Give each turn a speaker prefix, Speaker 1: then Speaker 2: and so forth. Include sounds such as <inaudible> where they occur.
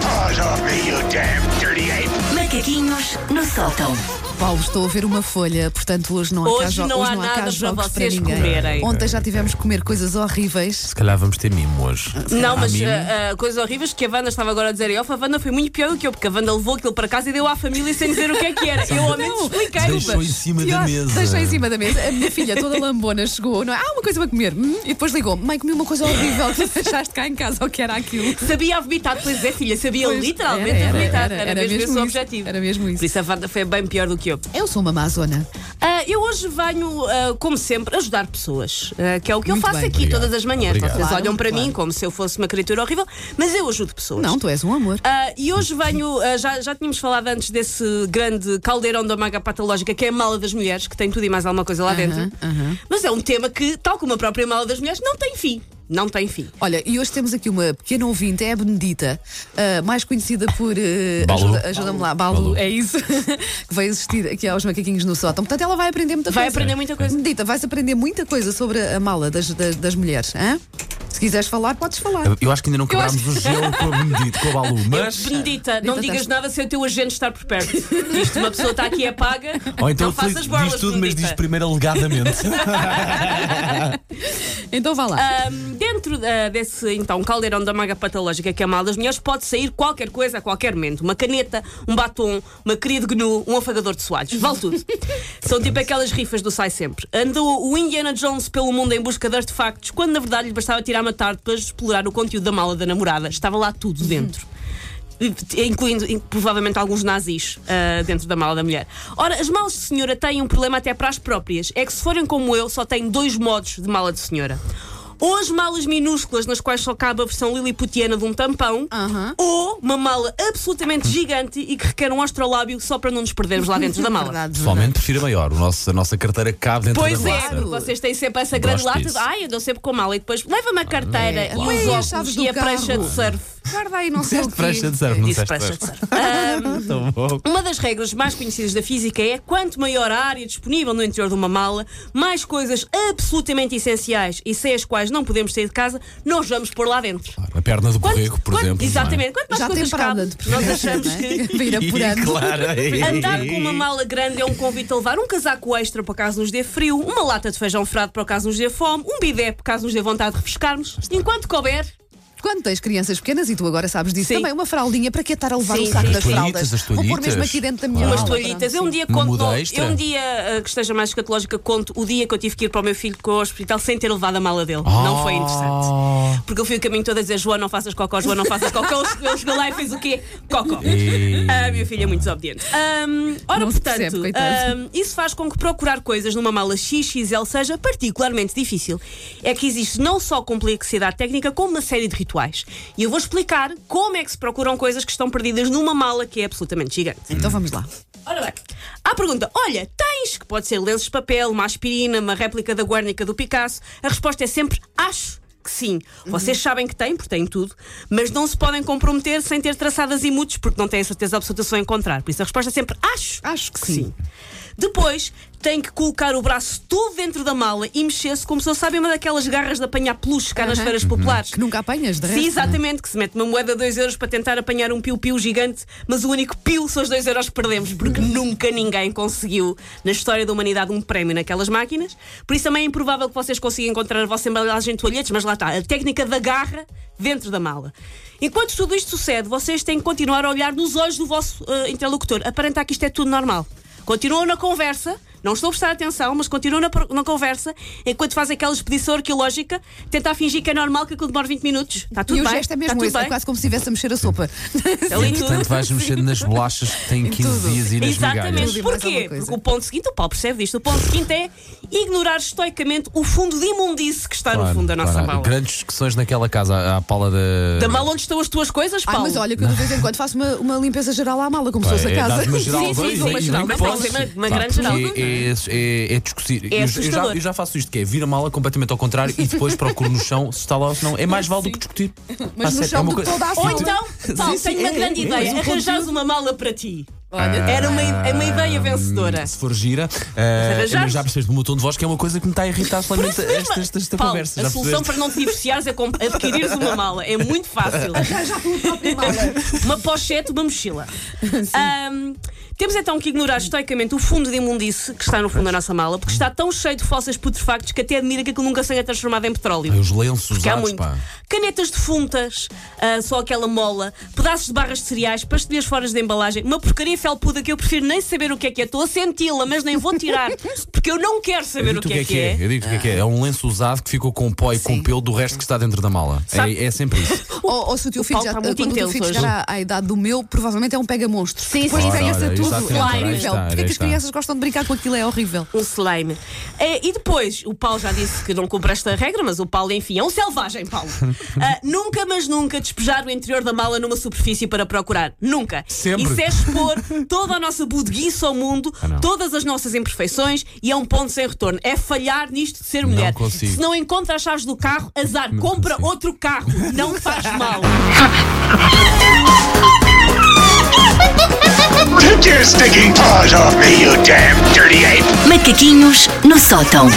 Speaker 1: paws off me, you damn dirty ape!
Speaker 2: Macaquinhos no sótão.
Speaker 3: Paulo, estou a ver uma folha, portanto hoje não há,
Speaker 4: Hoje
Speaker 3: caso,
Speaker 4: não
Speaker 3: hoje
Speaker 4: há
Speaker 3: não há
Speaker 4: nada
Speaker 3: caso
Speaker 4: para
Speaker 3: para
Speaker 4: vocês
Speaker 3: ninguém.
Speaker 4: comerem.
Speaker 3: Ontem já tivemos que comer coisas horríveis.
Speaker 5: Se calhar vamos ter mimo hoje.
Speaker 4: Não, mas
Speaker 5: mimo.
Speaker 4: ah, ah, coisas horríveis que a Wanda estava agora a dizer. E, "Ofa, a Wanda foi muito pior do que eu, porque a Wanda levou aquilo para casa e deu à família sem dizer o que é que era. Eu ao menos expliquei.
Speaker 5: Deixou em cima da
Speaker 3: Pior,
Speaker 5: mesa.
Speaker 3: Deixei em cima da mesa. A minha filha, toda lambona, chegou. Não é? Ah, uma coisa para comer. Hum? E depois ligou. Mãe, comi uma coisa horrível <laughs> que deixaste cá em casa. O que era aquilo?
Speaker 4: Sabia a vomitar, pois é, filha, sabia
Speaker 3: Pois,
Speaker 4: literalmente a vomitar. Era, mesmo, esse o
Speaker 3: isso.
Speaker 4: objetivo.
Speaker 3: Era mesmo
Speaker 4: Por
Speaker 3: isso.
Speaker 4: isso a Wanda foi bem pior do que eu.
Speaker 3: Eu sou uma amazona.
Speaker 4: Ah, eu hoje venho, ah, como sempre, ajudar pessoas, ah, que é o que eu
Speaker 3: Muito
Speaker 4: faço
Speaker 3: bem.
Speaker 4: aqui
Speaker 5: Obrigado.
Speaker 4: todas as manhãs.
Speaker 5: Obrigado.
Speaker 4: Vocês
Speaker 3: Claro,
Speaker 4: olham para
Speaker 3: claro.
Speaker 4: mim como se eu fosse uma criatura horrível, mas eu ajudo pessoas.
Speaker 3: Não, tu és um amor.
Speaker 4: Ah, e hoje venho, ah, já, já tínhamos falado antes desse grande caldeirão da maga patológica, que é a mala das mulheres, que tem tudo e mais alguma coisa lá
Speaker 3: Aham,
Speaker 4: dentro.
Speaker 3: aham.
Speaker 4: Mas é um tema que, tal como a própria mala das mulheres, não tem fim. Não tem fim.
Speaker 3: Olha, e hoje temos aqui uma pequena ouvinte, é a Benedita, ah, mais conhecida por. ah,
Speaker 5: Balu.
Speaker 3: ajuda- Ajuda-me lá, Balu,
Speaker 5: Balu.
Speaker 3: é isso? <laughs> que vai assistir aqui aos macaquinhos no sótão. Portanto, ela vai aprender muita
Speaker 4: Vai
Speaker 3: coisa.
Speaker 4: aprender muita coisa.
Speaker 3: Benedita, vais aprender muita coisa sobre a mala das, das, das mulheres. hã? Se quiseres falar, podes falar.
Speaker 5: Eu acho que ainda não quebrámos
Speaker 3: acho-
Speaker 5: o gelo com a Benedito, com a Balu, mas.
Speaker 4: Benedita, não
Speaker 3: Benedita,
Speaker 4: digas
Speaker 3: tens-
Speaker 4: nada sem o teu agente estar por perto. Isto, uma pessoa está aqui é paga.
Speaker 5: Ou então
Speaker 4: não faças
Speaker 5: diz
Speaker 4: borlas,
Speaker 5: tudo, mas diz
Speaker 4: Benedita.
Speaker 5: primeiro alegadamente.
Speaker 4: <laughs>
Speaker 3: Então vá lá.
Speaker 4: Ahm, dentro ah, desse então caldeirão da maga patológica que é a mala das mulheres, pode sair qualquer coisa a qualquer momento. Uma caneta, um batom, uma querida gnu, um afagador de soalhos. Vale tudo. São tipo aquelas rifas do Sai Sempre. Andou o Indiana Jones pelo mundo em busca de artefactos, quando na verdade lhe bastava tirar uma tarde para explorar o conteúdo da mala da namorada. Estava lá tudo dentro incluindo in- provavelmente alguns nazis ah, dentro da mala da mulher. Ora, as malas de senhora têm um problema até para as próprias. É que se forem como eu, só têm dois modos de mala de senhora. Ou as malas minúsculas, nas quais só cabe a versão liliputiana de um tampão,
Speaker 3: Aham.
Speaker 4: ou uma mala absolutamente gigante e que requer um astrolábio só para não nos perdermos lá dentro da mala.
Speaker 3: Verdade,
Speaker 5: Pessoalmente prefiro a maior. O nosso- a nossa carteira cabe dentro
Speaker 4: Pois
Speaker 5: da
Speaker 4: é,
Speaker 5: massa.
Speaker 4: porque vocês têm sempre essa grande
Speaker 5: Gosto
Speaker 4: lata
Speaker 5: disso. Ah,
Speaker 4: de ai, eu dou sempre com a mala e depois leva-me a carteira
Speaker 3: É,
Speaker 4: e
Speaker 3: ué,
Speaker 4: os
Speaker 3: e as
Speaker 4: óculos
Speaker 3: chaves do
Speaker 4: e a prancha
Speaker 3: carro?
Speaker 4: de surf.
Speaker 3: Guarda aí, não sei o
Speaker 5: Disseste
Speaker 3: que.
Speaker 5: prancha de surf, não
Speaker 4: Disse
Speaker 5: disseste
Speaker 4: prancha de
Speaker 5: prancha.
Speaker 4: surf.
Speaker 5: <laughs>
Speaker 4: Ah,
Speaker 5: Tão bom.
Speaker 4: Uma das regras mais conhecidas da física é quanto maior a área disponível no interior de uma mala, mais coisas absolutamente essenciais e sem as quais não podemos sair de casa, nós vamos pôr lá dentro.
Speaker 5: Claro, A perna do borrego, Ah, por
Speaker 4: quanto-
Speaker 5: exemplo. não é?
Speaker 4: exatamente, quanto mais
Speaker 3: Já tem
Speaker 4: coisas
Speaker 3: parada
Speaker 4: cabe,
Speaker 3: de
Speaker 4: nós
Speaker 3: preferência,
Speaker 4: achamos
Speaker 3: não é?
Speaker 4: que
Speaker 5: <laughs>
Speaker 3: Vir apurando.
Speaker 5: Claro. é
Speaker 4: Andar com uma mala grande é um convite a levar um casaco extra para caso nos dê frio, uma lata de feijão frado para caso nos dê fome, um bidé para caso nos dê vontade de refrescarmos. Enquanto couber,
Speaker 3: Quando tens crianças pequenas, e tu agora sabes disso
Speaker 4: Sim.
Speaker 3: também, uma fraldinha, para que estar a levar
Speaker 4: Sim,
Speaker 3: um saco
Speaker 4: sim.
Speaker 3: das
Speaker 5: As toalhitas,
Speaker 3: fraldas?
Speaker 5: as
Speaker 3: Vou pôr mesmo
Speaker 5: toalhitas.
Speaker 3: aqui dentro da
Speaker 5: Ah,
Speaker 3: minha
Speaker 4: umas
Speaker 3: mala.
Speaker 4: toalhitas. Eu um dia
Speaker 5: Uma
Speaker 4: conto.
Speaker 5: muda
Speaker 4: bom,
Speaker 5: extra?
Speaker 4: Eu um dia ah, que esteja mais escatológica conto o dia que eu tive que ir para o meu filho com o hospital sem ter levado a mala dele.
Speaker 5: Oh. Ah.
Speaker 4: Não foi interessante. Porque eu fui o caminho todo a dizer João, não faças cocó, João, não faças cocó. Ele chegou- Ele chegou lá e fez o quê? Cocó. A minha filha é muito desobediente. Ahm, ora,
Speaker 3: Não se
Speaker 4: portanto,
Speaker 3: percebe, coitado.
Speaker 4: ahm, isso faz com que procurar coisas numa mala XXL seja particularmente difícil. É que existe não só complexidade técnica, como uma série de rituais. E eu vou explicar como é que se procuram coisas que estão perdidas numa mala que é absolutamente gigante.
Speaker 3: Então vamos lá.
Speaker 4: Ora bem, à pergunta, olha, tens, que pode ser lenços de papel, uma aspirina, uma réplica da Guernica do Picasso, a resposta é sempre acho que sim.
Speaker 3: Uhum.
Speaker 4: Vocês sabem que têm, porque têm tudo, mas não se podem comprometer sem ter traçadas e mutos, porque não têm a certeza absoluta se vão encontrar. Por isso a resposta é sempre acho,
Speaker 3: Acho que sim.
Speaker 4: Depois, tem que colocar o braço todo dentro da mala e mexer-se como se eu sabem uma daquelas garras de apanhar peluche cá nas
Speaker 3: Aham. Uhum.
Speaker 4: feiras populares.
Speaker 3: Que nunca apanhas, de
Speaker 4: Sim,
Speaker 3: resto,
Speaker 4: exatamente, que se mete uma moeda de 2 euros para tentar apanhar um piu-piu gigante, mas o único piu são os 2 euros que perdemos, porque nunca ninguém conseguiu na história da humanidade um prémio naquelas máquinas. Por isso também é improvável que vocês consigam encontrar a vossa embalagem de toalhetes, mas lá está, a técnica da garra dentro da mala. Enquanto tudo isto sucede, vocês têm que continuar a olhar nos olhos do vosso eh, interlocutor, aparentar que isto é tudo normal. Continuam na conversa, não estou a prestar atenção, mas continuam na, pro- na conversa enquanto fazem aquela expedição arqueológica, tentar fingir que é normal que aquilo demore 20 minutos. Está tá tudo
Speaker 3: e
Speaker 4: bem.
Speaker 3: o gesto é
Speaker 4: está
Speaker 3: mesmo
Speaker 4: tudo
Speaker 3: esse, é
Speaker 4: bem. É
Speaker 3: quase como se estivesse a mexer a
Speaker 4: <laughs>
Speaker 3: sopa.
Speaker 4: Ali
Speaker 5: Portanto,
Speaker 4: tudo.
Speaker 5: vais mexendo nas bolachas que têm 15
Speaker 3: tudo.
Speaker 5: dias e nas migalhas.
Speaker 4: Exatamente.
Speaker 3: migalhas. Mais alguma
Speaker 4: Porquê?
Speaker 3: coisa.
Speaker 4: Porque o ponto seguinte, o Paulo percebe disto, o ponto seguinte é ignorar estoicamente o fundo de imundice que está no
Speaker 5: Claro,
Speaker 4: fundo da nossa
Speaker 5: claro.
Speaker 4: mala.
Speaker 5: Grandes discussões naquela casa, à pala da.
Speaker 4: Da mala onde estão as tuas coisas,
Speaker 3: Ah,
Speaker 4: Paulo?
Speaker 3: mas olha que eu de vez em quando faço uma, uma limpeza geral à mala, como se
Speaker 5: Pá,
Speaker 3: fosse a
Speaker 5: é,
Speaker 3: casa. <laughs>
Speaker 5: dás uma geral,
Speaker 4: Sim, sim,
Speaker 5: vai,
Speaker 4: sim,
Speaker 5: vai,
Speaker 4: uma
Speaker 5: e
Speaker 4: geral,
Speaker 5: não
Speaker 4: mas pode ser
Speaker 5: podes.
Speaker 4: uma- uma
Speaker 5: Pá,
Speaker 4: grande geral.
Speaker 5: porque É, é, é, é discutir. eu, eu já,
Speaker 4: assustador.
Speaker 5: eu já faço isto, que é vir a mala completamente ao contrário e depois procuro no chão se está lá ou se não. É mais vale do
Speaker 4: <laughs>
Speaker 5: que discutir.
Speaker 3: Mas
Speaker 5: Tá
Speaker 3: no
Speaker 5: certo, é
Speaker 3: chão
Speaker 5: uma
Speaker 3: de
Speaker 5: coisa-
Speaker 3: toda a
Speaker 4: Ou
Speaker 3: sala.
Speaker 4: então, Paulo,
Speaker 5: Sim, sim,
Speaker 4: tenho uma
Speaker 5: é,
Speaker 3: um
Speaker 4: grande
Speaker 5: é,
Speaker 4: ideia.
Speaker 5: mas o
Speaker 4: Arranjares uma mala para ti. Olha,
Speaker 5: Ah.
Speaker 4: era uma, é uma ideia vencedora.
Speaker 5: Se for gira, eh,
Speaker 4: arranjares?
Speaker 5: eu já percebeste do meu tom de voz que é uma coisa que me está a irritar somente
Speaker 4: Mas,
Speaker 5: esta, esta, esta
Speaker 4: Paulo,
Speaker 5: conversa.
Speaker 4: a
Speaker 5: já
Speaker 4: solução
Speaker 5: percebeste?
Speaker 4: para não te divorciares é comp- adquirires uma mala. É muito fácil.
Speaker 5: <laughs>
Speaker 3: Já, já pelo próprio mal.
Speaker 4: <laughs> uma pochete, uma <laughs> mochila. Ahm, temos então que ignorar estoicamente o fundo de imundice que está no fundo da nossa mala, porque está tão cheio de fósseis putrefactos que até admira que aquilo nunca seja transformado em petróleo.
Speaker 5: Os lenços
Speaker 4: Porque há
Speaker 5: usados,
Speaker 4: muito.
Speaker 5: pá.
Speaker 4: Canetas defuntas, ah, só aquela mola, pedaços de barras de cereais, pastilhas fora de embalagem, uma porcaria felpuda que eu prefiro nem saber o que é que é. Estou a senti-la, mas nem vou <laughs> tirar, porque eu não quero
Speaker 5: Eu
Speaker 4: saber o
Speaker 5: digo-te
Speaker 4: que é que é.
Speaker 5: Eu digo-te o que é que é. É um lenço usado que ficou com pó e com pelo do resto que está dentro da mala.
Speaker 4: Sabe-
Speaker 5: É, é sempre isso.
Speaker 3: Ou, ou se o teu filho
Speaker 4: Paulo
Speaker 3: já tá
Speaker 4: está
Speaker 3: quando
Speaker 4: muito
Speaker 3: o teu
Speaker 4: intenso
Speaker 3: filho
Speaker 4: hoje.
Speaker 3: chegar à, à idade do meu, provavelmente é um pega-monstro.
Speaker 2: Sim,
Speaker 3: Depois
Speaker 2: sim,
Speaker 5: Ora,
Speaker 3: interessa
Speaker 5: ora,
Speaker 3: tudo.
Speaker 5: exatamente,
Speaker 3: é
Speaker 5: ora, aí
Speaker 3: horrível.
Speaker 5: está,
Speaker 3: Porquê é
Speaker 5: aí
Speaker 3: que as
Speaker 5: está.
Speaker 3: crianças gostam de brincar com aquilo? É horrível.
Speaker 4: Um slime. Eh, e depois, o Paulo já disse que não cumpre esta regra, mas o Paulo, enfim, é um selvagem,
Speaker 5: <laughs>
Speaker 4: Paulo. Ah, nunca, mas nunca despejar o interior da mala numa superfície para procurar. Nunca.
Speaker 5: Sempre.
Speaker 4: Isso é
Speaker 5: <laughs>
Speaker 4: expor toda a nossa budeguiça ao mundo,
Speaker 5: Ah, não.
Speaker 4: todas as nossas imperfeições e é um ponto sem retorno. É falhar nisto de ser mulher.
Speaker 5: consigo.
Speaker 4: Se não encontra as chaves do carro, azar.
Speaker 5: Não
Speaker 4: Compra
Speaker 5: consigo.
Speaker 4: outro carro. Não
Speaker 5: <laughs>
Speaker 4: faz mal.
Speaker 1: Take your stinking paws off me, you damn dirty ape!
Speaker 2: Macaquinhos no sótão.